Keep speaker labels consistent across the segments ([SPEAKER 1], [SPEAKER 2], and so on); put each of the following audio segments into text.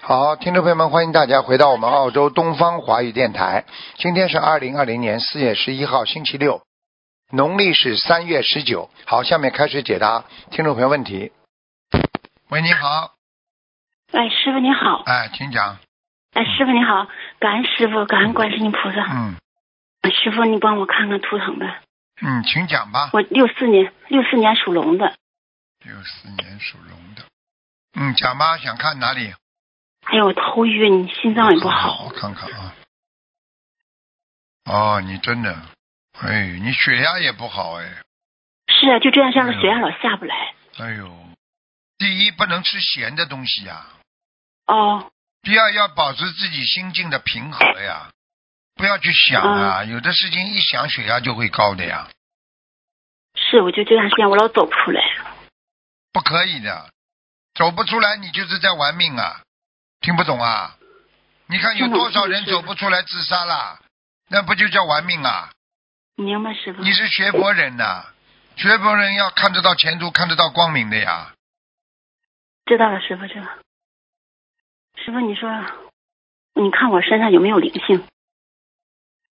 [SPEAKER 1] 好，听众朋友们，欢迎大家回到我们澳洲东方华语电台。今天是二零二零年四月十一号，星期六，农历是三月十九。好，下面开始解答听众朋友问题。喂，你好，
[SPEAKER 2] 哎，师傅你好，
[SPEAKER 1] 哎，请讲。
[SPEAKER 2] 哎，师傅你好，感恩师傅，感恩观世音菩萨。
[SPEAKER 1] 嗯
[SPEAKER 2] 师傅，你帮我看看图腾呗。
[SPEAKER 1] 嗯，请讲吧。
[SPEAKER 2] 我六四年，六四年属龙的。
[SPEAKER 1] 六四年属龙的，嗯，讲吧，想看哪里？
[SPEAKER 2] 哎呦，我头晕，心脏也不好。
[SPEAKER 1] 我看看啊。哦，你真的，哎，你血压也不好哎，
[SPEAKER 2] 是啊，就这样下
[SPEAKER 1] 嗯
[SPEAKER 2] 来，血压老下不来。
[SPEAKER 1] 哎呦，第一不能吃咸的东西呀、
[SPEAKER 2] 哦，
[SPEAKER 1] 第二要保持自己心境的平和呀，不要去想啊，
[SPEAKER 2] 嗯
[SPEAKER 1] 有的事情一想血压就会高的呀，
[SPEAKER 2] 是，我就这段时间我老走不出来。
[SPEAKER 1] 不可以的，走不出来你就是在玩命啊，听不懂啊？你看有
[SPEAKER 2] 听懂
[SPEAKER 1] 多少人
[SPEAKER 2] 听懂
[SPEAKER 1] 走不出来自杀啦？那不就叫玩命啊？
[SPEAKER 2] 明白，师傅。
[SPEAKER 1] 你是学佛人呐、学佛人要看得到前途，看得到光明的呀。
[SPEAKER 2] 知道了，师傅，知道了。师傅，你说，你看我身上有没有灵性？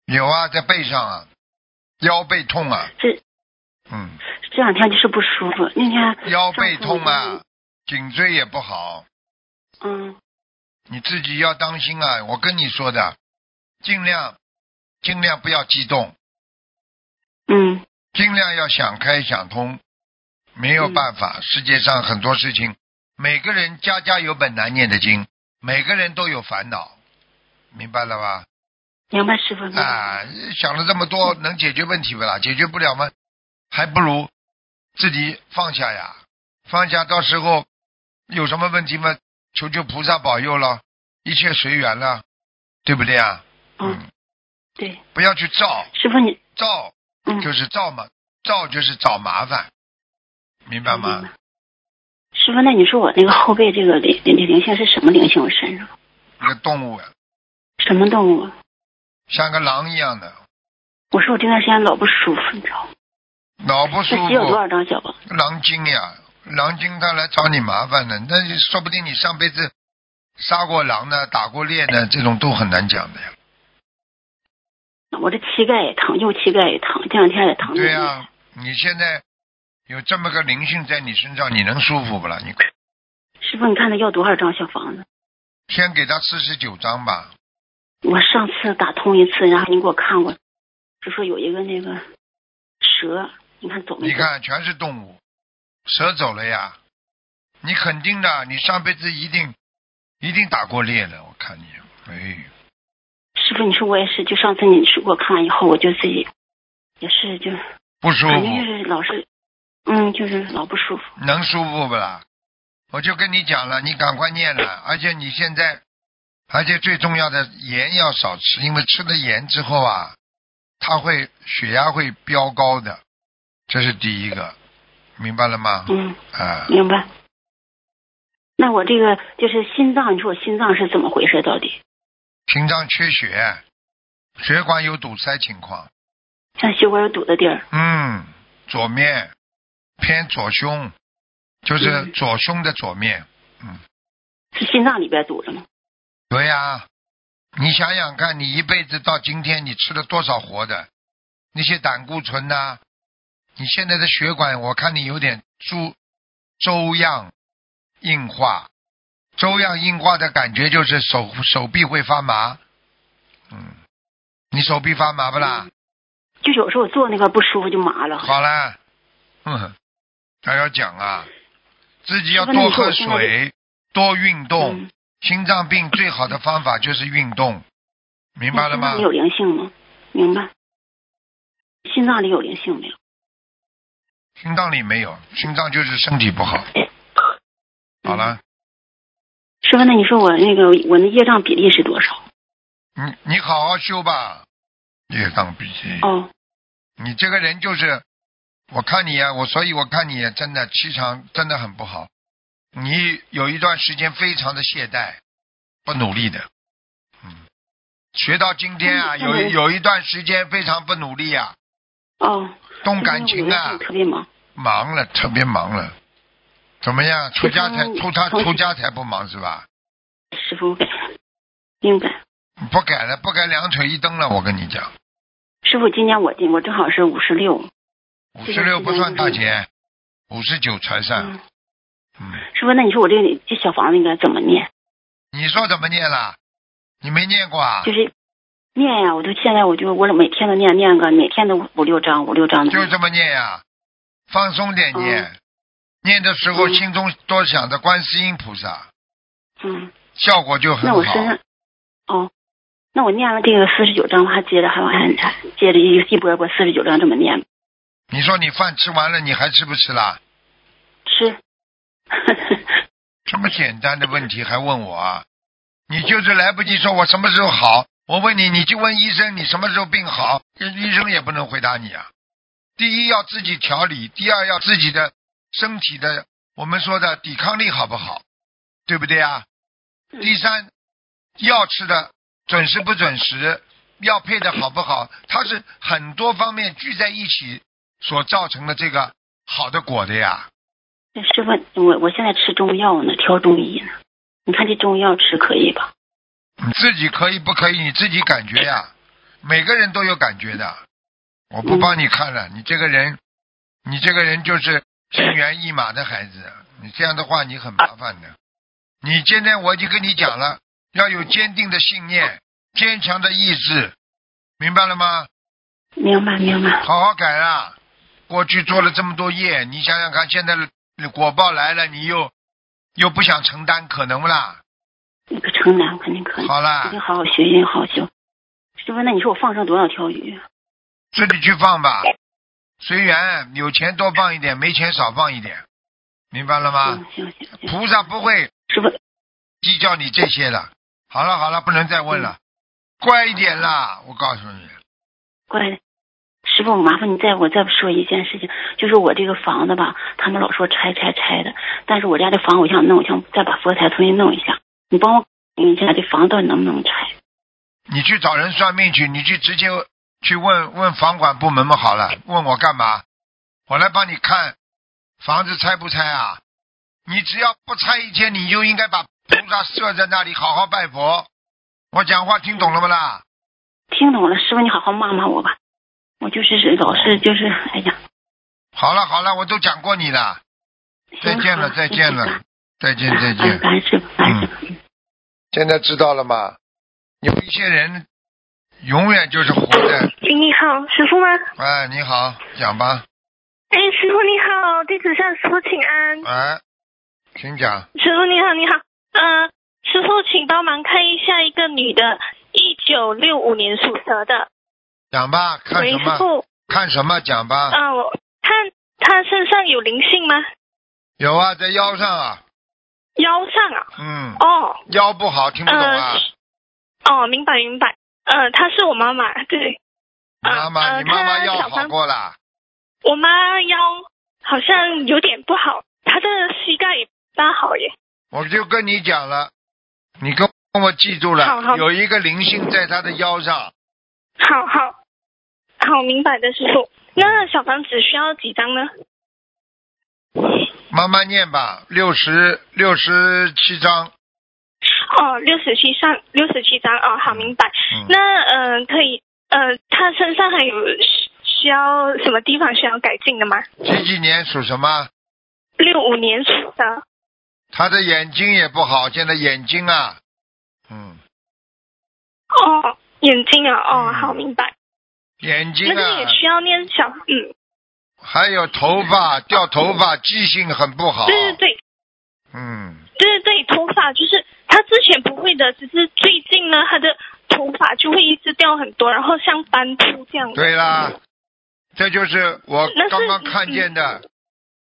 [SPEAKER 1] 有啊，在背上啊，腰背痛啊，
[SPEAKER 2] 这
[SPEAKER 1] 嗯，
[SPEAKER 2] 这两天就是不舒服。那天
[SPEAKER 1] 腰背痛
[SPEAKER 2] 上
[SPEAKER 1] 啊
[SPEAKER 2] 次，
[SPEAKER 1] 颈椎也不好，
[SPEAKER 2] 嗯，
[SPEAKER 1] 你自己要当心啊！我跟你说的，尽量尽量不要激动，
[SPEAKER 2] 嗯，
[SPEAKER 1] 尽量要想开想通。没有
[SPEAKER 2] 嗯
[SPEAKER 1] 办法，世界上很多事情，每个人家家有本难念的经，每个人都有烦恼，明白了吧？
[SPEAKER 2] 明白，师傅。明白
[SPEAKER 1] 啊，想了这么多，能解决问题不啦？解决不了吗？还不如自己放下呀，放下，到时候有什么问题嘛，求求菩萨保佑了，一切随缘了，对不对啊？
[SPEAKER 2] 嗯，对，
[SPEAKER 1] 不要去造，
[SPEAKER 2] 师傅你，
[SPEAKER 1] 造
[SPEAKER 2] 嗯，
[SPEAKER 1] 就是造嘛，造就是找麻烦，明白吗？
[SPEAKER 2] 明白嗯师傅，那你说我那个后背这个灵灵灵性是什么灵性？我身上
[SPEAKER 1] 一个动物啊
[SPEAKER 2] 什么动物？啊
[SPEAKER 1] 像个狼一样的，
[SPEAKER 2] 我说我这段时间老不舒服，你知道吗？
[SPEAKER 1] 脑不舒
[SPEAKER 2] 那 得有多
[SPEAKER 1] 服，
[SPEAKER 2] 少张小吧？
[SPEAKER 1] 狼精呀，狼精它来找你麻烦呢，那就说不定你上辈子杀过狼呢，打过猎 呢，这种都很难讲的呀。
[SPEAKER 2] 我这膝盖也疼，右膝盖也疼，这两天也疼得
[SPEAKER 1] 对
[SPEAKER 2] 厉害。
[SPEAKER 1] 呀、你现在有这么个灵性在你身上，你能舒服不啦？你
[SPEAKER 2] 师傅，你看他要多少张小房子？
[SPEAKER 1] 先给他四十九章吧，
[SPEAKER 2] 我上次打通一次，然后你给我看过，就说有一个那个蛇，你看走没
[SPEAKER 1] 你
[SPEAKER 2] 走？
[SPEAKER 1] 看全是动物，蛇走了呀，你肯定的，你上辈子一定一定打过猎的，我看你，哎，
[SPEAKER 2] 师傅，你说我也是，就上次你给我看完以后，我就自己也是
[SPEAKER 1] 哦
[SPEAKER 2] 就
[SPEAKER 1] 不舒
[SPEAKER 2] 反正
[SPEAKER 1] 服，
[SPEAKER 2] 就是老是，嗯，就是老不舒服。
[SPEAKER 1] 能舒服不啦？我就跟你讲了，你赶快念了，而且你现在，而且最重要的盐要少吃，因为吃了盐之后啊，它会血压会飙高的，这是第一个，明白了吗？
[SPEAKER 2] 嗯。
[SPEAKER 1] 啊，
[SPEAKER 2] 明白。那我这个就是心脏，你说我心脏是怎么回事？到底
[SPEAKER 1] 心脏缺血，血管有堵塞情况。
[SPEAKER 2] 像血管有堵的地儿，
[SPEAKER 1] 嗯，左面偏左胸，就是
[SPEAKER 2] 嗯
[SPEAKER 1] 左胸的左面。
[SPEAKER 2] 是心脏里边堵着吗？
[SPEAKER 1] 对呀、你想想看，你一辈子到今天，你吃了多少活的？那些胆固醇呐、你现在的血管，我看你有点周周样硬化，周样硬化的感觉就是手手臂会发麻。嗯，你手臂发麻不啦？
[SPEAKER 2] 就有时候我坐那块不舒服就麻了。
[SPEAKER 1] 好了，嗯，还要讲啊，自己要
[SPEAKER 2] 那你
[SPEAKER 1] 多
[SPEAKER 2] 说
[SPEAKER 1] 喝
[SPEAKER 2] 我现在
[SPEAKER 1] 水，多运动。
[SPEAKER 2] 嗯，
[SPEAKER 1] 心脏病最好的方法就是运动，明白了
[SPEAKER 2] 那心
[SPEAKER 1] 吗
[SPEAKER 2] 脏里？有灵性吗？明白。心脏里有灵性没有？
[SPEAKER 1] 心脏里没有，心脏就是身体不好。好了，
[SPEAKER 2] 师傅，那你说我那个我那业障比例是多少？
[SPEAKER 1] 你你好好修吧，业障比例。
[SPEAKER 2] 哦，
[SPEAKER 1] 你这个人就是，我看你呀、我所以我看你真的气场真的很不好，你有一段时间非常的懈怠，不努力的，嗯，学到今天啊，
[SPEAKER 2] 嗯
[SPEAKER 1] 有
[SPEAKER 2] 那我
[SPEAKER 1] 有一段时间非常不努力啊，
[SPEAKER 2] 哦，
[SPEAKER 1] 动感
[SPEAKER 2] 因为我
[SPEAKER 1] 情
[SPEAKER 2] 有
[SPEAKER 1] 啊
[SPEAKER 2] 时候，特别忙。
[SPEAKER 1] 忙了，特别忙了，怎么样？出家才
[SPEAKER 2] 嗯
[SPEAKER 1] 出家
[SPEAKER 2] 从
[SPEAKER 1] 出家才不忙是吧？
[SPEAKER 2] 师傅改，明白。
[SPEAKER 1] 不改了，不改两腿一蹬了，我跟你讲，
[SPEAKER 2] 师傅，今年我今我正好是五十六，
[SPEAKER 1] 五
[SPEAKER 2] 这
[SPEAKER 1] 十
[SPEAKER 2] 个
[SPEAKER 1] 六
[SPEAKER 2] 是
[SPEAKER 1] 不算
[SPEAKER 2] 严
[SPEAKER 1] 大
[SPEAKER 2] 重
[SPEAKER 1] 劫，五十九才算。
[SPEAKER 2] 嗯，
[SPEAKER 1] 嗯，
[SPEAKER 2] 师傅，那你说我这个这小房子应该怎么念？
[SPEAKER 1] 你说怎么念啦？你没念过啊？
[SPEAKER 2] 就是念呀、我就现在我就我每天都念念个，每天都五六张五六张的。
[SPEAKER 1] 就这么念呀、放松点念。念的时候
[SPEAKER 2] 嗯
[SPEAKER 1] 心中多想着观世音菩萨，
[SPEAKER 2] 嗯，
[SPEAKER 1] 效果就很
[SPEAKER 2] 那我
[SPEAKER 1] 好。
[SPEAKER 2] 身上哦，那我念了这个四十九张，还接着还往下还接着一一波一波四十九张这么念
[SPEAKER 1] 你说你饭吃完了，你还吃不吃啦？
[SPEAKER 2] 吃。
[SPEAKER 1] 这么简单的问题还问我啊？你就是来不及说我什么时候好，我问你，你就问医生你什么时候病好，医生也不能回答你啊。第一要自己调理，第二要自己的身体的我们说的抵抗力好不好，对不对啊？
[SPEAKER 2] 嗯
[SPEAKER 1] 第三，药吃的准时不准时，药配的好不好，它是很多方面聚在一起所造成的这个好的果的呀。
[SPEAKER 2] 那师傅，我我现在吃中药呢，挑中医呢。你看这中药吃可以吧？
[SPEAKER 1] 你自己可以不可以？你自己感觉呀，每个人都有感觉的。我不帮你看了，你这个人，你这个人就是心猿意马的孩子。你这样的话，你很麻烦的。你今天我已经跟你讲了，要有坚定的信念，坚强的意志，明白了吗？
[SPEAKER 2] 明白明白。
[SPEAKER 1] 好好改啊！过去做了这么多业，你想想看，现在的果报来了，你又又不想承担，可能不啦？
[SPEAKER 2] 那个承担肯定可以，
[SPEAKER 1] 好啊啦
[SPEAKER 2] 一，定好好学习，好好修。师傅，那你说我放生多少条鱼？啊
[SPEAKER 1] 自己去放吧，随缘，有钱多放一点，没钱少放一点，明白了吗
[SPEAKER 2] 嗯？，行行行。
[SPEAKER 1] 啊菩萨不会
[SPEAKER 2] 师傅，
[SPEAKER 1] 计较你这些的。好了好了，不能再问了，乖一点啦！我告诉你，
[SPEAKER 2] 过来，师傅，麻烦你再我再说一件事情，就是我这个房子吧，他们老说拆拆拆的，但是我家这房我想弄，我想再把佛台重新弄一下，你帮我看一下这房到底能不能拆？
[SPEAKER 1] 你去找人算命去，你去直接去问问房管部门嘛。好了，问我干嘛？我来帮你看房子拆不拆啊？你只要不拆一天，你就应该把菩萨设在那里，好好拜佛。我讲话听懂了不啦？
[SPEAKER 2] 听懂了，师傅你好好骂骂我吧，我就是老是就是，哎呀，
[SPEAKER 1] 好了好了，我都讲过你了，再见了再见了，再见再
[SPEAKER 2] 感
[SPEAKER 1] 见。嗯
[SPEAKER 2] 嗯
[SPEAKER 3] 嗯
[SPEAKER 2] 感恩师傅，感恩师傅。
[SPEAKER 1] 现在知道了吗？有一些人永远就是活 着。
[SPEAKER 3] 你好，师傅吗？
[SPEAKER 1] 哎，你好，讲吧。
[SPEAKER 3] 哎，师傅你好，弟子向师傅请安。
[SPEAKER 1] 哎，请讲。
[SPEAKER 3] 师傅你好，你好，呃，师傅请帮忙看一下一个女的，一九六五年属蛇的。
[SPEAKER 1] 讲吧，看
[SPEAKER 3] 喂，
[SPEAKER 1] 什
[SPEAKER 3] 师
[SPEAKER 1] 么？啊
[SPEAKER 3] 傅，
[SPEAKER 1] 看什么？讲吧。
[SPEAKER 3] 嗯、我看她身上有灵性吗？
[SPEAKER 1] 有啊，在腰上啊，
[SPEAKER 3] 腰上啊？
[SPEAKER 1] 嗯，
[SPEAKER 3] 哦，
[SPEAKER 1] 腰不好，听不懂啊
[SPEAKER 3] 呃。，哦，明白明白，呃，她是我妈妈，对，
[SPEAKER 1] 妈妈，
[SPEAKER 3] 呃
[SPEAKER 1] 你妈妈
[SPEAKER 3] 她
[SPEAKER 1] 腰
[SPEAKER 3] 小
[SPEAKER 1] 好
[SPEAKER 3] 房
[SPEAKER 1] 过了，
[SPEAKER 3] 我妈腰好像有点不好，她的膝盖也不大好耶。
[SPEAKER 1] 我就跟你讲了，你跟我记住
[SPEAKER 3] 好
[SPEAKER 1] 了，
[SPEAKER 3] 好
[SPEAKER 1] 有一个灵性在她的腰上，
[SPEAKER 3] 好好好，明白的，师傅。那小房子需要几张呢？
[SPEAKER 1] 慢慢念吧，六十六十七章。
[SPEAKER 3] 哦，六十七上六十七张哦，好，明白。
[SPEAKER 1] 嗯
[SPEAKER 3] 那呃，可以呃，他身上还有需需要什么地方需要改进的吗？
[SPEAKER 1] 几几年属什么？
[SPEAKER 3] 六五年属的，
[SPEAKER 1] 他的眼睛也不好，现在眼睛啊，嗯，
[SPEAKER 3] 哦，眼睛啊，哦，
[SPEAKER 1] 嗯
[SPEAKER 3] 好，明白。
[SPEAKER 1] 眼睛
[SPEAKER 3] 那这个也
[SPEAKER 1] 啊，
[SPEAKER 3] 需要念小，嗯，
[SPEAKER 1] 还有头发掉头发，记性很不好。
[SPEAKER 3] 对对对
[SPEAKER 1] 嗯，
[SPEAKER 3] 对对对，头发就是他之前不会的，只是最近呢，他的头发就会一直掉很多，然后像斑秃这样。
[SPEAKER 1] 对啦，这就是我
[SPEAKER 3] 那是嗯
[SPEAKER 1] 刚刚看见的。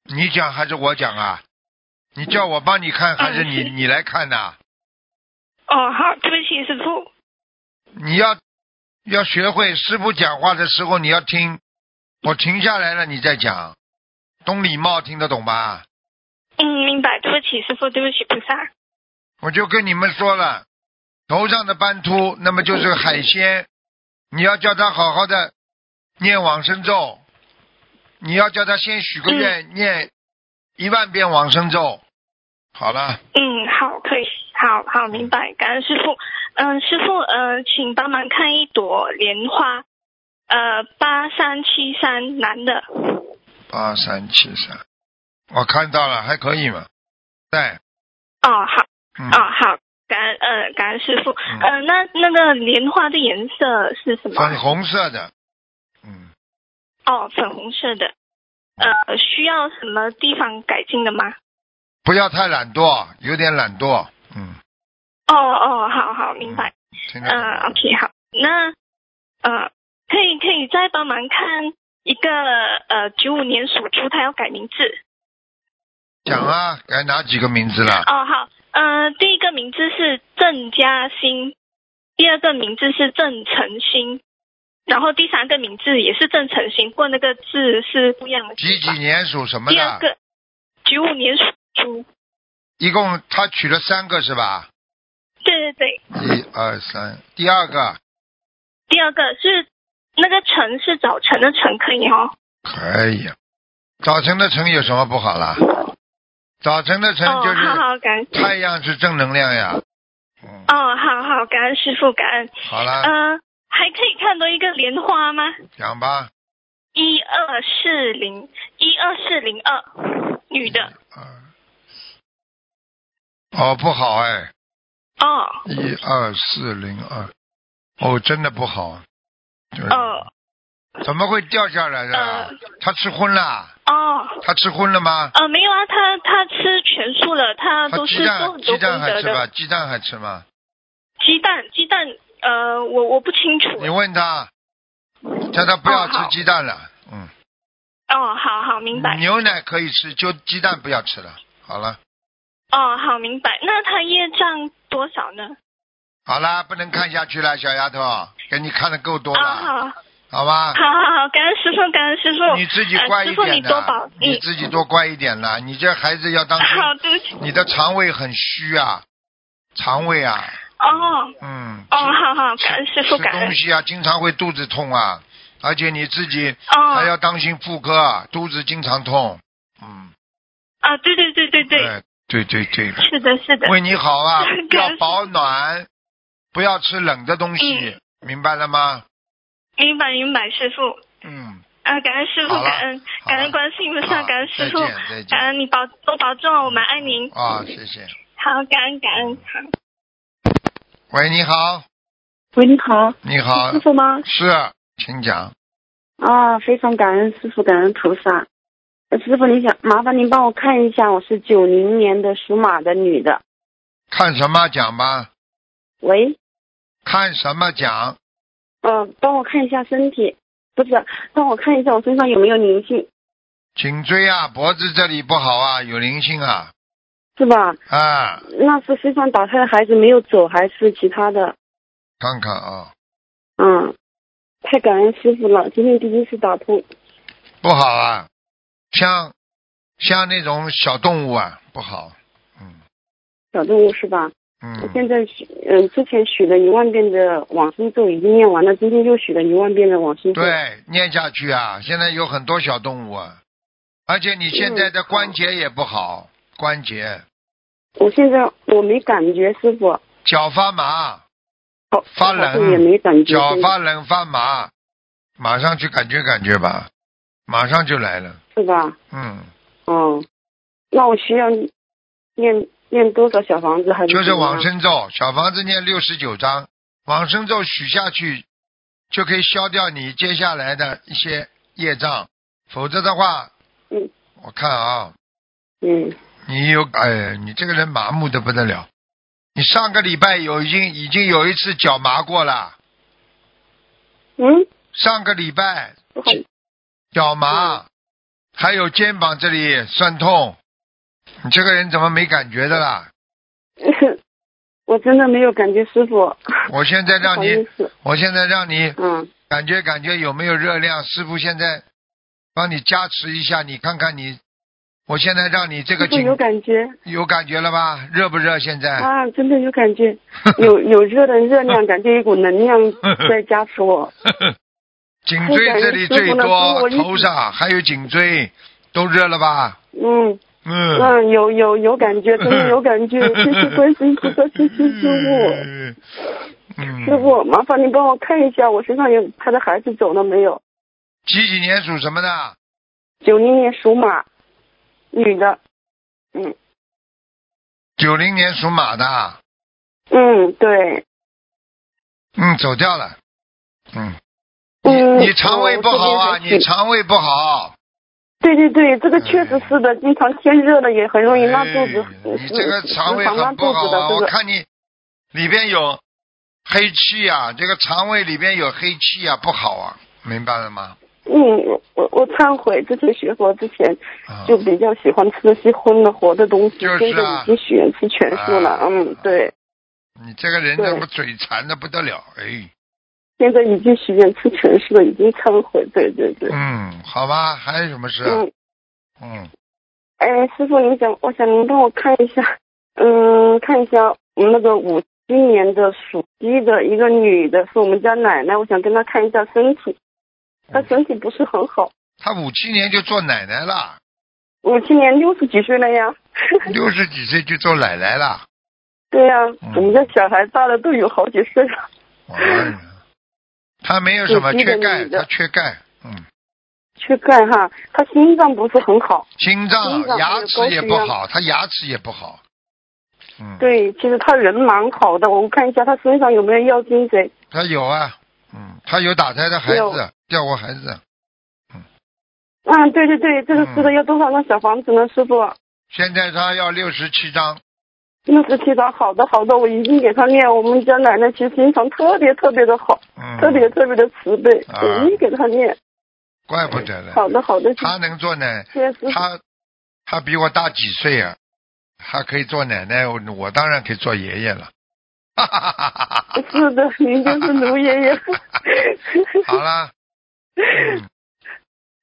[SPEAKER 1] 你讲还是我讲啊？你叫我帮你看，还是你
[SPEAKER 3] 是
[SPEAKER 1] 你来看呐、
[SPEAKER 3] 哦，好，对不起，师傅。
[SPEAKER 1] 你要要学会师傅讲话的时候你要听，我停下来了你再讲，懂礼貌听得懂吧？
[SPEAKER 3] 嗯，明白，对不起，师傅，对不起，菩萨。
[SPEAKER 1] 我就跟你们说了，头上的斑秃，那么就是海鲜，你要叫他好好的念往生咒，你要叫他先许个愿，念一万遍往生咒。好了，
[SPEAKER 3] 嗯，好，可以，好。好好，明白，感恩师傅。嗯，师傅，呃，请帮忙看一朵莲花，呃，八三七三男的，
[SPEAKER 1] 八三七三，我看到了，还可以嘛，在，
[SPEAKER 3] 哦，好，
[SPEAKER 1] 嗯，
[SPEAKER 3] 哦，好，感恩，呃，感恩师傅。
[SPEAKER 1] 嗯
[SPEAKER 3] 呃，那那个莲花的颜色是什
[SPEAKER 1] 粉
[SPEAKER 3] 么？
[SPEAKER 1] 红色的，嗯，
[SPEAKER 3] 哦，粉红色的。呃，需要什么地方改进的吗？
[SPEAKER 1] 不要太懒惰，有点懒惰，嗯，
[SPEAKER 3] 哦哦，好好，明白。
[SPEAKER 1] 听得懂吗
[SPEAKER 3] 嗯，OK，好，那呃，可以可以再帮忙看一个呃九五年属猪，他要改名字。
[SPEAKER 1] 讲啊，该哪几个名字了？
[SPEAKER 3] 哦，好，呃，第一个名字是郑嘉欣，第二个名字是郑晨星，然后第三个名字也是郑晨星，不过那个字是不一样的字
[SPEAKER 1] 几几
[SPEAKER 3] 吧。
[SPEAKER 1] 年属什么
[SPEAKER 3] 第二
[SPEAKER 1] 的？啊
[SPEAKER 3] 个九五年属猪，
[SPEAKER 1] 一共他取了三个是吧？
[SPEAKER 3] 对对对，
[SPEAKER 1] 一二三，第二个
[SPEAKER 3] 第二个是那个晨是早晨的晨，可以哦。
[SPEAKER 1] 可以。早晨的晨有什么不好啦？早晨的晨就
[SPEAKER 3] 哦，好
[SPEAKER 1] 是
[SPEAKER 3] 好，感恩。
[SPEAKER 1] 太阳是正能量呀。嗯，
[SPEAKER 3] 哦，好好，感恩师傅，感恩。
[SPEAKER 1] 好啦，
[SPEAKER 3] 呃，还可以看到一个莲花吗？
[SPEAKER 1] 讲吧。
[SPEAKER 3] 一二四零，一二四零二，女的。
[SPEAKER 1] 二。哦，不好哎，
[SPEAKER 3] 哦
[SPEAKER 1] 一二四零二，哦，真的不好，就是
[SPEAKER 3] 哦
[SPEAKER 1] 怎么会掉下来的啊
[SPEAKER 3] 呃？
[SPEAKER 1] 他吃荤了？
[SPEAKER 3] 哦，
[SPEAKER 1] 他吃荤了吗？
[SPEAKER 3] 呃，没有啊，他他吃全素了，他
[SPEAKER 1] 他
[SPEAKER 3] 都
[SPEAKER 1] 鸡
[SPEAKER 3] 是做
[SPEAKER 1] 蛋
[SPEAKER 3] 很多
[SPEAKER 1] 鸡蛋
[SPEAKER 3] 功
[SPEAKER 1] 还
[SPEAKER 3] 德
[SPEAKER 1] 吃吧？
[SPEAKER 3] 的。
[SPEAKER 1] 鸡蛋还吃吗？
[SPEAKER 3] 鸡蛋鸡蛋，呃，我我不清楚。
[SPEAKER 1] 你问他，叫他不要
[SPEAKER 3] 哦好
[SPEAKER 1] 吃鸡蛋了。嗯，
[SPEAKER 3] 哦，好好明白。
[SPEAKER 1] 牛奶可以吃，就鸡蛋不要吃了。好了，
[SPEAKER 3] 哦，好明白。那他业障多少呢？
[SPEAKER 1] 好啦，不能看下去了，小丫头，给你看的够多
[SPEAKER 3] 啊、
[SPEAKER 1] 了，
[SPEAKER 3] 哦，
[SPEAKER 1] 好吧
[SPEAKER 3] 好，？好好好，感恩师傅，感恩师傅。
[SPEAKER 1] 你自己乖一
[SPEAKER 3] 呃、师傅你
[SPEAKER 1] 点
[SPEAKER 3] 多保
[SPEAKER 1] 的，你
[SPEAKER 3] 嗯，
[SPEAKER 1] 自己多乖一点啦。你这孩子 要当心，
[SPEAKER 3] 好，对不起。
[SPEAKER 1] 你的肠胃很虚啊，肠胃啊，
[SPEAKER 3] 哦
[SPEAKER 1] 嗯，
[SPEAKER 3] 哦，好好，感恩师傅，
[SPEAKER 1] 吃
[SPEAKER 3] 感恩
[SPEAKER 1] 东。西啊，经常会肚子痛啊，而且你自己
[SPEAKER 3] 哦，
[SPEAKER 1] 还要当心妇科啊，肚子经常痛，嗯，
[SPEAKER 3] 啊，对对对对对，
[SPEAKER 1] 哎对对对，
[SPEAKER 3] 是的，是的。，
[SPEAKER 1] 为你好啊
[SPEAKER 3] 感
[SPEAKER 1] 要
[SPEAKER 3] 恩
[SPEAKER 1] 保暖，不要吃冷的东
[SPEAKER 3] 嗯
[SPEAKER 1] 西，明白了吗？
[SPEAKER 3] 明白明白，师傅。
[SPEAKER 1] 嗯，
[SPEAKER 3] 啊，感恩师傅，
[SPEAKER 1] 好了
[SPEAKER 3] 感恩
[SPEAKER 1] 好
[SPEAKER 3] 感
[SPEAKER 1] 了
[SPEAKER 3] 恩观世音菩萨，
[SPEAKER 1] 好
[SPEAKER 3] 感恩师傅，嗯
[SPEAKER 1] 再见再见
[SPEAKER 3] 感恩你保多保重，我们爱您。
[SPEAKER 1] 啊，谢谢。
[SPEAKER 3] 好，感恩感恩。好
[SPEAKER 1] 喂，你好，
[SPEAKER 4] 喂，你好，
[SPEAKER 1] 你好
[SPEAKER 3] 嗯
[SPEAKER 4] 是师，傅吗？
[SPEAKER 1] 是，请讲。
[SPEAKER 4] 啊，非常感恩师傅，感恩菩萨。呃师傅，你想麻烦您帮我看一下，我是九零年的属马的女的。
[SPEAKER 1] 看什么讲吧？
[SPEAKER 4] 喂，
[SPEAKER 1] 看什么讲？
[SPEAKER 4] 呃，帮我看一下身体，不是，帮我看一下我身上有没有灵性，
[SPEAKER 1] 颈椎啊，脖子这里不好啊，有灵性啊，
[SPEAKER 4] 是吧？
[SPEAKER 1] 啊，
[SPEAKER 4] 那是身上打胎的孩子没有走，还是其他的？
[SPEAKER 1] 看看啊，
[SPEAKER 4] 嗯，太感恩师傅了，今天第一次打通。
[SPEAKER 1] 不好啊，像像那种小动物啊，不好，嗯
[SPEAKER 4] 小动物是吧？我
[SPEAKER 1] 嗯，
[SPEAKER 4] 现在许，嗯、之前许了一万遍的往生咒已经念完了，今天又许了一万遍的往生咒。
[SPEAKER 1] 对，念下去啊，现在有很多小动物啊，而且你现在的关节也不好，关节
[SPEAKER 4] 我现在我没感觉，师傅。
[SPEAKER 1] 脚发麻，
[SPEAKER 4] 好，
[SPEAKER 1] 发
[SPEAKER 4] 好像
[SPEAKER 1] 冷
[SPEAKER 4] 也没感觉。
[SPEAKER 1] 脚发冷发麻，马上去感觉感觉吧，马上就来了，
[SPEAKER 4] 是吧？
[SPEAKER 1] 嗯，
[SPEAKER 4] 哦，那我需要念念多少小房子还是？
[SPEAKER 1] 就是往。生咒，小房子念六十九章，往生咒许下去，就可以消掉你接下来的一些业障，否则的话，
[SPEAKER 4] 嗯，
[SPEAKER 1] 我看啊，
[SPEAKER 4] 嗯，
[SPEAKER 1] 你有哎，你这个人麻木的不得了，你上个礼拜有已经已经有一次脚麻过了，
[SPEAKER 4] 嗯，
[SPEAKER 1] 上个礼拜
[SPEAKER 4] 不好意思，
[SPEAKER 1] 脚
[SPEAKER 4] 嗯
[SPEAKER 1] 麻，还有肩膀这里酸痛，你这个人怎么没感觉的啦？
[SPEAKER 4] 我真的没有感觉，师傅。
[SPEAKER 1] 我现在
[SPEAKER 4] 不
[SPEAKER 1] 让
[SPEAKER 4] 好意
[SPEAKER 1] 你，
[SPEAKER 4] 思，
[SPEAKER 1] 我现在让你
[SPEAKER 4] 嗯，
[SPEAKER 1] 感觉感觉有没有热量？师傅现在帮你加持一下，你看看你，我现在让你这个哎
[SPEAKER 4] 师傅
[SPEAKER 1] 颈
[SPEAKER 4] 有感觉
[SPEAKER 1] 有感觉了吧？热不热？现在？
[SPEAKER 4] 啊，真的有感 觉，有有热的热
[SPEAKER 1] 嗯
[SPEAKER 4] 量，感觉一股能量在加持我。
[SPEAKER 1] 颈椎这里最
[SPEAKER 4] 我感觉师傅呢
[SPEAKER 1] 多，
[SPEAKER 4] 跟我一起
[SPEAKER 1] 头上还有颈椎都热了吧？
[SPEAKER 4] 嗯，
[SPEAKER 1] 嗯，
[SPEAKER 4] 嗯，有有有感觉，真的有 感觉，谢谢关心菩萨，谢谢师
[SPEAKER 1] 嗯
[SPEAKER 4] 傅，师
[SPEAKER 1] 嗯，
[SPEAKER 4] 傅，麻烦您帮我看一下我身上有他的孩子走了没有？
[SPEAKER 1] 几几年属什么的？
[SPEAKER 4] 九零年属马，女的，嗯
[SPEAKER 1] 九零年属马的，
[SPEAKER 4] 嗯，对，
[SPEAKER 1] 嗯，走掉了，嗯，
[SPEAKER 4] 嗯，
[SPEAKER 1] 你肠胃不好
[SPEAKER 4] 我
[SPEAKER 1] 啊，
[SPEAKER 4] 这边
[SPEAKER 1] 你肠胃不好，
[SPEAKER 4] 对对对，这个确实是的，经常天热了也很容易拉肚子嗯
[SPEAKER 1] 哎，你这个肠胃
[SPEAKER 4] 常拉
[SPEAKER 1] 很
[SPEAKER 4] 肚
[SPEAKER 1] 不好
[SPEAKER 4] 子
[SPEAKER 1] 啊，
[SPEAKER 4] 的，
[SPEAKER 1] 我
[SPEAKER 4] 这个
[SPEAKER 1] 看你里边有黑气啊，这个肠胃里边有黑气啊，不好啊，明白了吗？
[SPEAKER 4] 嗯，我我我忏悔，之前学佛之前
[SPEAKER 1] 啊，
[SPEAKER 4] 就比较喜欢吃那些荤的活的东西，
[SPEAKER 1] 就是啊
[SPEAKER 4] 现在已经血气全素了，
[SPEAKER 1] 啊
[SPEAKER 4] 嗯，对，
[SPEAKER 1] 你这个人
[SPEAKER 4] 对
[SPEAKER 1] 怎么嘴馋的不得了？哎，
[SPEAKER 4] 现在已经许愿吃全素了，已经忏悔，对对对，
[SPEAKER 1] 嗯，好吧，还有什么事？啊
[SPEAKER 4] 嗯，
[SPEAKER 1] 嗯，
[SPEAKER 4] 哎，师傅，您想，我想您帮我看一下，嗯，看一下我们那个五七年的属鸡的一个女的，是我们家奶奶，我想跟她看一下身体，
[SPEAKER 1] 嗯
[SPEAKER 4] 她身体不是很好，
[SPEAKER 1] 他五七年就做奶奶了，
[SPEAKER 4] 五七年六十几岁了呀，
[SPEAKER 1] 六十几岁就做奶奶了。
[SPEAKER 4] 对呀、
[SPEAKER 1] 嗯
[SPEAKER 4] 我们家小孩大了都有好几岁了，
[SPEAKER 1] 哎呀，他没有什么
[SPEAKER 4] 有机的
[SPEAKER 1] 缺钙，
[SPEAKER 4] 女的
[SPEAKER 1] 他缺钙，嗯，
[SPEAKER 4] 去看哈，她心脏不是很好。
[SPEAKER 1] 心脏
[SPEAKER 4] 心、脏
[SPEAKER 1] 牙齿也不
[SPEAKER 4] 有高血
[SPEAKER 1] 好，他牙齿也不好，嗯，
[SPEAKER 4] 对，其实他人蛮好的，我看一下他身上有没有药精贼。
[SPEAKER 1] 他有啊，嗯，他有打胎的孩
[SPEAKER 4] 有
[SPEAKER 1] 子，掉过孩子，
[SPEAKER 4] 嗯，对对对，这个吃的要多少张小房子呢，师傅？
[SPEAKER 1] 现在他要六十七张，
[SPEAKER 4] 六十七张，好的好的，我已经给他念。我们家奶奶其实心肠特别特别的好，
[SPEAKER 1] 嗯，
[SPEAKER 4] 特别特别的慈悲，
[SPEAKER 1] 啊
[SPEAKER 4] 我已经给他念。
[SPEAKER 1] 怪不得了，
[SPEAKER 4] 好嗯的好的，谢
[SPEAKER 1] 他能做奶，
[SPEAKER 4] 谢师傅。
[SPEAKER 1] 他他比我大几岁啊，他可以做奶奶，我我当然可以做爷爷了，哈哈哈哈哈哈。
[SPEAKER 4] 是的，您就是卢爷爷。
[SPEAKER 1] 好啦，嗯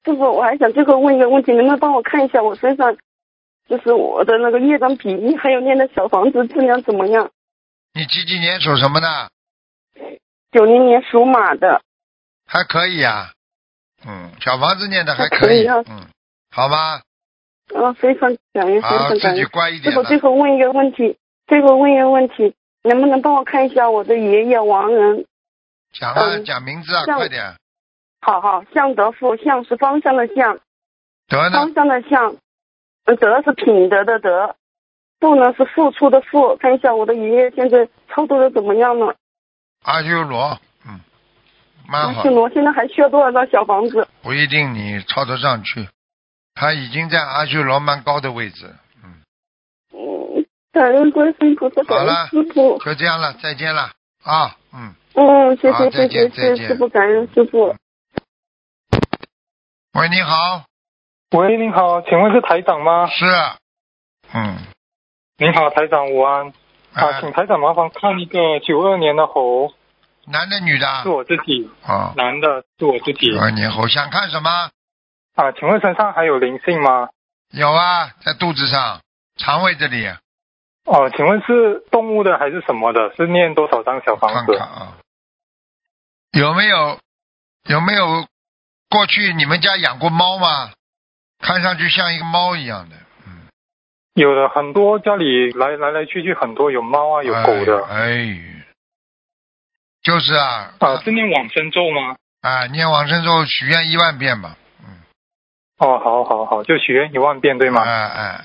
[SPEAKER 4] 师傅，我还想最后问一个问题，能不能帮我看一下我身上，就是我的那个业障比例，还有念的小房子质量怎么样？
[SPEAKER 1] 你几几年属什么的？
[SPEAKER 4] 九零年属马的，
[SPEAKER 1] 还可以啊，嗯，小房子念的还
[SPEAKER 4] 还可以啊
[SPEAKER 1] 嗯，好吧，
[SPEAKER 4] 嗯，非常感恩，非
[SPEAKER 1] 好，
[SPEAKER 4] 常
[SPEAKER 1] 啊自
[SPEAKER 4] 感
[SPEAKER 1] 己
[SPEAKER 4] 恩。
[SPEAKER 1] 乖一
[SPEAKER 4] 师
[SPEAKER 1] 点
[SPEAKER 4] 傅，
[SPEAKER 1] 了。
[SPEAKER 4] 最后问一个问题，最后问一个问题，能不能帮我看一下我的爷爷王仁？
[SPEAKER 1] 讲啊，
[SPEAKER 4] 嗯
[SPEAKER 1] 讲名字啊，
[SPEAKER 4] 像
[SPEAKER 1] 快点。
[SPEAKER 4] 好好，向德富，向是方向的向，
[SPEAKER 1] 啊得呢
[SPEAKER 4] 方，向的向，呃德是品德的德，富呢是付出的付。看一下我的爷爷现在操作的怎么样呢？
[SPEAKER 1] 阿修罗，嗯，蛮
[SPEAKER 4] 阿
[SPEAKER 1] 好
[SPEAKER 4] 修，罗现在还需要多少张小房子？
[SPEAKER 1] 不一定你超得上去，他已经在阿修罗蛮高的位置，
[SPEAKER 4] 嗯，感恩观世音菩萨，
[SPEAKER 1] 好
[SPEAKER 4] 感
[SPEAKER 1] 了
[SPEAKER 4] 恩师傅。
[SPEAKER 1] 就这样了，再见了啊，嗯。
[SPEAKER 4] 嗯，谢
[SPEAKER 1] 好
[SPEAKER 4] 谢
[SPEAKER 1] 再
[SPEAKER 4] 谢
[SPEAKER 1] 见
[SPEAKER 4] 谢
[SPEAKER 1] 再
[SPEAKER 4] 谢
[SPEAKER 1] 见
[SPEAKER 4] 谢师傅，感恩师傅。
[SPEAKER 1] 喂，你好，
[SPEAKER 5] 喂，您好，请问是台长吗？
[SPEAKER 1] 是，嗯，
[SPEAKER 5] 您好，台长，午安。啊，
[SPEAKER 1] 哎
[SPEAKER 5] 请台长麻烦看一个九二年的猴，
[SPEAKER 1] 男的女的？
[SPEAKER 5] 是我自己，
[SPEAKER 1] 啊哦，啊
[SPEAKER 5] 男的，是我自己。
[SPEAKER 1] 九二年后想看什么？
[SPEAKER 5] 啊，请问身上还有灵性吗？
[SPEAKER 1] 有啊，在肚子上、肠胃这里，啊
[SPEAKER 5] 哦、请问是动物的还是什么的？是念多少张小
[SPEAKER 1] 看
[SPEAKER 5] 房子
[SPEAKER 1] 看？啊，有没有有没有过去你们家养过猫吗？看上去像一个猫一样的，
[SPEAKER 5] 有的，很多家里来来来去去很多，有猫啊，有狗的。
[SPEAKER 1] 哎，哎就是啊，
[SPEAKER 5] 啊，是念往生咒吗？
[SPEAKER 1] 啊，念往生咒许愿一万遍吧，
[SPEAKER 5] 哦，好好好，就许愿一万遍对
[SPEAKER 1] 哎
[SPEAKER 5] 吗？
[SPEAKER 1] 哎哎，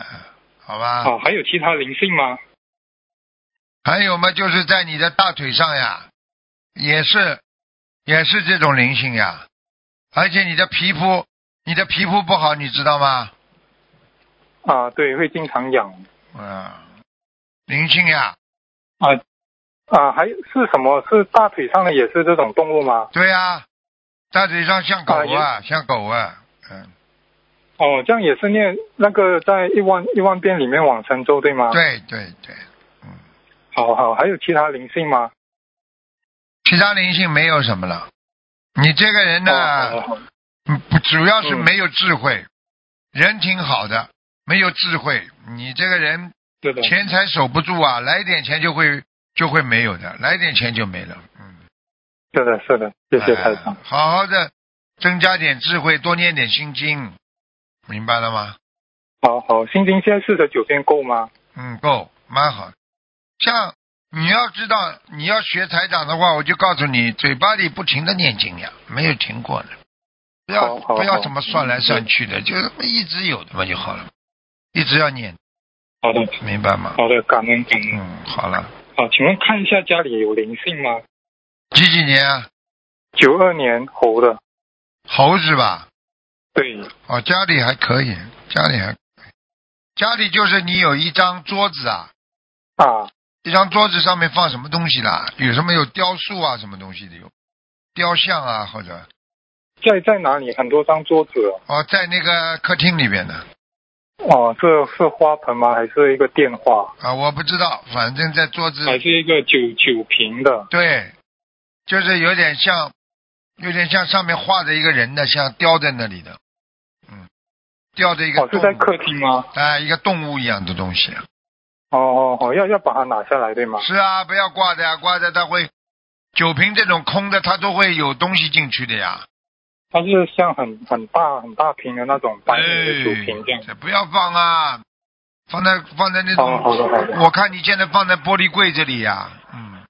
[SPEAKER 1] 好吧。
[SPEAKER 5] 哦，还有其他灵性吗？
[SPEAKER 1] 还有嘛，就是在你的大腿上呀，也是，也是这种灵性呀，而且你的皮肤，你的皮肤不好，你知道吗？
[SPEAKER 5] 啊，对，会经常痒。
[SPEAKER 1] 嗯，灵性呀，
[SPEAKER 5] 啊啊，还是什么？是大腿上的也是这种动物吗？
[SPEAKER 1] 对呀、大腿上像狗
[SPEAKER 5] 啊
[SPEAKER 1] 啊，
[SPEAKER 5] 也
[SPEAKER 1] 像狗啊，嗯，
[SPEAKER 5] 哦，这样也是念那个在一万一万遍里面往生咒对吗？。
[SPEAKER 1] 对对对，
[SPEAKER 5] 好好，还有其他灵性吗？
[SPEAKER 1] 其他灵性没有什么了。你这个人
[SPEAKER 5] 哦
[SPEAKER 1] 呢，
[SPEAKER 5] 好好
[SPEAKER 1] 嗯不主要是
[SPEAKER 5] 嗯
[SPEAKER 1] 没有智慧，人挺好的，没有智慧，你这个人
[SPEAKER 5] 是的。
[SPEAKER 1] 钱财守不住
[SPEAKER 5] 嗯
[SPEAKER 1] 啊，来点钱就会就会没有的，来点钱就没了。嗯，
[SPEAKER 5] 是的，是的，谢谢台长
[SPEAKER 1] 哎。好好的增加点智慧，多念点心经，明白了吗？
[SPEAKER 5] 好好，心经现在四十九遍够吗？
[SPEAKER 1] 嗯，够，蛮好。像你要知道，你要学财长的话，我就告诉你，嘴巴里不停的念经呀，没有停过的。不要
[SPEAKER 5] 好好
[SPEAKER 1] 不要
[SPEAKER 5] 好
[SPEAKER 1] 怎么算来算去的，就是一直有的嘛就好了，一直要念，
[SPEAKER 5] 好的，
[SPEAKER 1] 明白吗？
[SPEAKER 5] 好的，感恩感恩。
[SPEAKER 1] 嗯，好了。
[SPEAKER 5] 好，请问看一下家里有灵性吗？
[SPEAKER 1] 几几年啊？
[SPEAKER 5] 九二年猴的，
[SPEAKER 1] 猴子吧？
[SPEAKER 5] 对，
[SPEAKER 1] 哦，家里还可以，家里还可以，家里就是你有一张桌子啊，
[SPEAKER 5] 啊，
[SPEAKER 1] 一张桌子上面放什么东西啦？有什么有雕塑啊，什么东西的有，雕像啊，或者
[SPEAKER 5] 在在哪里？很多张桌子哦
[SPEAKER 1] 哦，在那个客厅里边的
[SPEAKER 5] 哦，这是花盆吗？还是一个电话？
[SPEAKER 1] 啊，我不知道，反正在桌子
[SPEAKER 5] 还是一个酒酒瓶的？
[SPEAKER 1] 对，就是有点像，有点像上面画着一个人的，像雕在那里的，嗯，雕着一个
[SPEAKER 5] 哦，
[SPEAKER 1] 动
[SPEAKER 5] 是
[SPEAKER 1] 物，
[SPEAKER 5] 在客厅吗？
[SPEAKER 1] 哎，一个动物一样的东西。
[SPEAKER 5] 哦哦哦，要要把它拿下来对吗？
[SPEAKER 1] 是啊，不要挂的呀，挂着它会，酒瓶这种空的，它都会有东西进去的呀。
[SPEAKER 5] 它是像很很大很大瓶的那种白米的酒瓶这样。
[SPEAKER 1] 哎不要放啊，放在放在那
[SPEAKER 5] 哦，好
[SPEAKER 1] 种，
[SPEAKER 5] 的好的。
[SPEAKER 1] 我看你现在放在玻璃柜这里呀、嗯，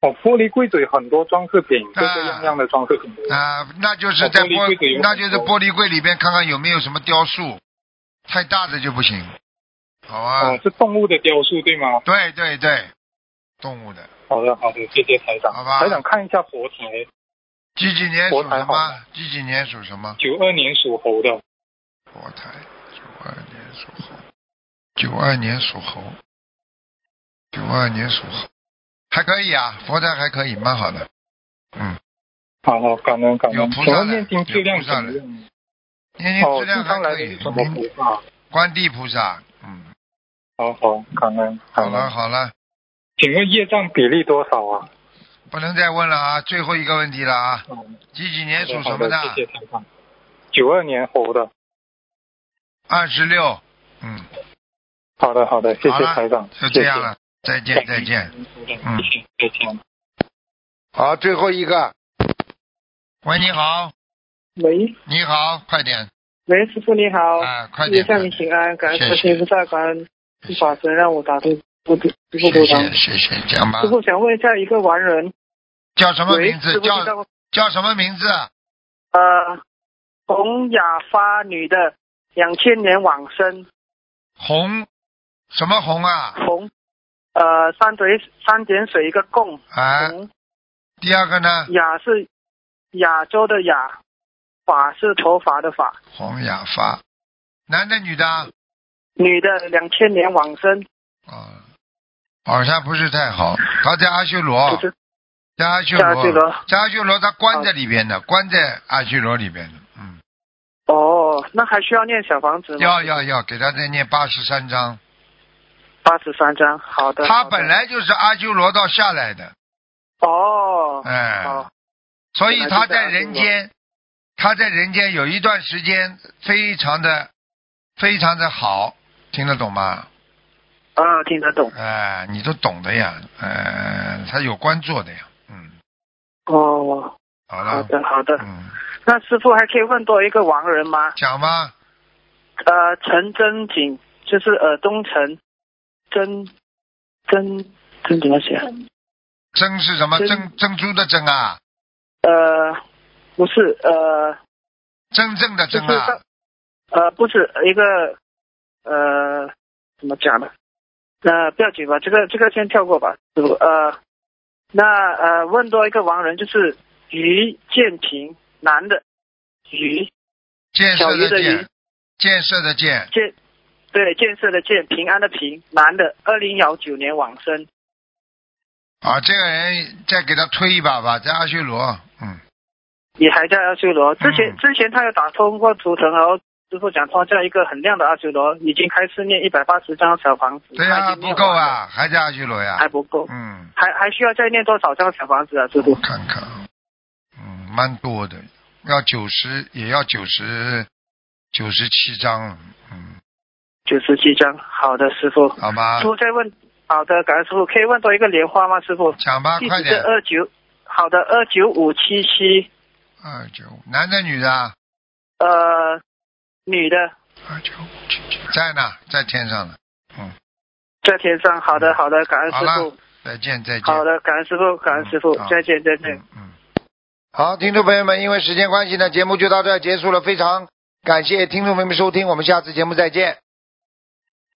[SPEAKER 5] 哦，玻璃柜子有很多装饰品，各式样样的装饰品。
[SPEAKER 1] 啊、那就是在
[SPEAKER 5] 哦玻璃柜子
[SPEAKER 1] 玻，
[SPEAKER 5] 有
[SPEAKER 1] 那就是
[SPEAKER 5] 很多
[SPEAKER 1] 玻璃柜里边看看有没有什么雕塑，太大的就不行。好啊，
[SPEAKER 5] 哦，是动物的雕塑对吗？
[SPEAKER 1] 对对对，动物的，
[SPEAKER 5] 好的好的，谢谢台长
[SPEAKER 1] 好吧。
[SPEAKER 5] 啊台长看一下佛台，
[SPEAKER 1] 几几年属
[SPEAKER 5] 佛台
[SPEAKER 1] 什
[SPEAKER 5] 好
[SPEAKER 1] 么
[SPEAKER 5] 吗？
[SPEAKER 1] 几几年属什么？
[SPEAKER 5] 九二年属猴的。
[SPEAKER 1] 佛台，九二年属猴，九二年属猴，九二年属猴，还可以啊，佛台还可以，蛮好的。嗯，
[SPEAKER 5] 好好，感恩感
[SPEAKER 1] 有
[SPEAKER 5] 恩。
[SPEAKER 1] 菩萨
[SPEAKER 5] 请问
[SPEAKER 1] 的
[SPEAKER 5] 念经质量怎么
[SPEAKER 1] 有菩
[SPEAKER 5] 样？
[SPEAKER 1] 念经
[SPEAKER 5] 哦，
[SPEAKER 1] 质
[SPEAKER 5] 经
[SPEAKER 1] 量还
[SPEAKER 5] 常来
[SPEAKER 1] 可
[SPEAKER 5] 的
[SPEAKER 1] 以
[SPEAKER 5] 是什么。菩
[SPEAKER 1] 您
[SPEAKER 5] 萨？
[SPEAKER 1] 观地菩萨，嗯，
[SPEAKER 5] 好好，感恩
[SPEAKER 1] 好
[SPEAKER 5] 感
[SPEAKER 1] 了
[SPEAKER 5] 恩。
[SPEAKER 1] 好了，
[SPEAKER 5] 请问业障比例多少啊？
[SPEAKER 1] 不能再问了啊，最后一个问题了啊，
[SPEAKER 5] 嗯，
[SPEAKER 1] 几几年属
[SPEAKER 5] 好
[SPEAKER 1] 什么的？
[SPEAKER 5] 谢谢台长。九二年猴的。
[SPEAKER 1] 二十六，嗯，
[SPEAKER 5] 好的好的，谢
[SPEAKER 1] 好
[SPEAKER 5] 谢
[SPEAKER 1] 了
[SPEAKER 5] 台长。
[SPEAKER 1] 就这样
[SPEAKER 5] 谢谢
[SPEAKER 1] 了，再见再见。。嗯
[SPEAKER 5] 嗯，再见。
[SPEAKER 1] 好，最后一个。喂，你好，
[SPEAKER 6] 喂
[SPEAKER 1] 你好，快点，
[SPEAKER 6] 喂，师傅你好，
[SPEAKER 1] 啊，快
[SPEAKER 6] 也
[SPEAKER 1] 点，
[SPEAKER 6] 向
[SPEAKER 1] 快点
[SPEAKER 6] 你请安，感恩
[SPEAKER 1] 谢
[SPEAKER 6] 佛
[SPEAKER 1] 谢
[SPEAKER 6] 心菩萨，感恩
[SPEAKER 1] 谢谢
[SPEAKER 6] 法神让我打通师傅的师傅
[SPEAKER 1] 谢
[SPEAKER 6] 头堂
[SPEAKER 1] 谢。谢谢，讲吧
[SPEAKER 6] 师。傅想问一下一个完人，
[SPEAKER 1] 叫什么
[SPEAKER 6] 喂，
[SPEAKER 1] 名字
[SPEAKER 6] 师？傅听到
[SPEAKER 1] 叫
[SPEAKER 6] 吗
[SPEAKER 1] 叫什么名字？
[SPEAKER 6] 呃，洪雅发女的，两千年往生，
[SPEAKER 1] 红，什么红啊？
[SPEAKER 6] 洪，呃，三点三点水一个共，
[SPEAKER 1] 啊，
[SPEAKER 6] 洪
[SPEAKER 1] 第二个呢？
[SPEAKER 6] 雅是亚洲的雅，法是头发的法，
[SPEAKER 1] 洪雅发，男的女的？啊、
[SPEAKER 6] 女的两千年往生，
[SPEAKER 1] 哦好像不是太好。他在阿修
[SPEAKER 6] 不
[SPEAKER 1] 罗，
[SPEAKER 6] 是
[SPEAKER 1] 在阿修
[SPEAKER 6] 下去
[SPEAKER 1] 罗，
[SPEAKER 6] 了。
[SPEAKER 1] 在阿修罗，他关在里边的，关在阿修罗里边的。嗯，
[SPEAKER 6] 哦，那还需要念小房子吗？
[SPEAKER 1] 要要要，给他再念八十三章。
[SPEAKER 6] 八十三张，好的。
[SPEAKER 1] 他
[SPEAKER 6] 好的
[SPEAKER 1] 本来就是阿修罗道下来的，
[SPEAKER 6] 哦，
[SPEAKER 1] 哎，
[SPEAKER 6] 好，
[SPEAKER 1] 所以他在人
[SPEAKER 6] 本来就是
[SPEAKER 1] 间，他在人间有一段时间非常的非常的好，听得懂吗？
[SPEAKER 6] 啊，听得懂。
[SPEAKER 1] 哎、你都懂的呀，呃，他有关注的呀，嗯，
[SPEAKER 6] 哦，
[SPEAKER 1] 好
[SPEAKER 6] 好
[SPEAKER 1] 了，
[SPEAKER 6] 的好的。
[SPEAKER 1] 嗯，
[SPEAKER 6] 那师傅还可以问多一个亡人吗？
[SPEAKER 1] 讲吧，
[SPEAKER 6] 呃，陈真景，就是耳东陈，真真真怎么写啊？
[SPEAKER 1] 珍是什么？
[SPEAKER 6] 珍
[SPEAKER 1] 珍珍珠的珍啊，
[SPEAKER 6] 呃，不是，呃，
[SPEAKER 1] 真正的
[SPEAKER 6] 就
[SPEAKER 1] 珍
[SPEAKER 6] 是
[SPEAKER 1] 啊
[SPEAKER 6] 上，呃，不是一个呃，怎么讲呢？呃，不要紧吧，这个这个先跳过吧，师傅。呃，那呃，问多一个亡人，就是于建平，男的，于
[SPEAKER 1] 建设
[SPEAKER 6] 小鱼的
[SPEAKER 1] 建
[SPEAKER 6] 鱼，
[SPEAKER 1] 建设的建，
[SPEAKER 6] 建，对建设的建，平安的平，男的，二零幺九年往生。
[SPEAKER 1] 啊，这个人再给他推一把吧，在阿修罗，嗯，
[SPEAKER 6] 也还在阿修罗。之前、
[SPEAKER 1] 嗯
[SPEAKER 6] 之前他有打通过图腾，然后师傅讲他在一个很亮的阿修罗，已经开始念一百八十张小房子。
[SPEAKER 1] 对
[SPEAKER 6] 他
[SPEAKER 1] 呀、
[SPEAKER 6] 已经
[SPEAKER 1] 不
[SPEAKER 6] 念
[SPEAKER 1] 够
[SPEAKER 6] 完了，
[SPEAKER 1] 啊，还在阿修罗呀
[SPEAKER 6] 还，不够，
[SPEAKER 1] 嗯，
[SPEAKER 6] 还还需要再念多少张小房子啊，师傅？
[SPEAKER 1] 看看，啊，嗯，蛮多的，要九十，也要九十，九十七章了，嗯，
[SPEAKER 6] 九十七张。好的，师傅。
[SPEAKER 1] 好吧
[SPEAKER 6] 师，傅再问，好的，感恩师傅，可以问多一个莲花吗，师傅？
[SPEAKER 1] 讲吧，
[SPEAKER 6] 地
[SPEAKER 1] 啊快
[SPEAKER 6] 址是
[SPEAKER 1] 点。
[SPEAKER 6] 二九，好的，二九五七七，
[SPEAKER 1] 二九，男的女的啊？
[SPEAKER 6] 呃，女的，
[SPEAKER 1] 二九五七七，在呢，在天上呢。嗯，
[SPEAKER 6] 在天上。好的，好的，感恩师
[SPEAKER 1] 好了
[SPEAKER 6] 傅。
[SPEAKER 1] 再见，再见。
[SPEAKER 6] 好的，感恩师傅，感恩师傅
[SPEAKER 1] 嗯好，
[SPEAKER 6] 再见，再见。
[SPEAKER 1] 嗯嗯。好，听众朋友们，因为时间关系呢，节目就到这儿结束了。非常感谢听众朋友们收听，我们下次节目再见。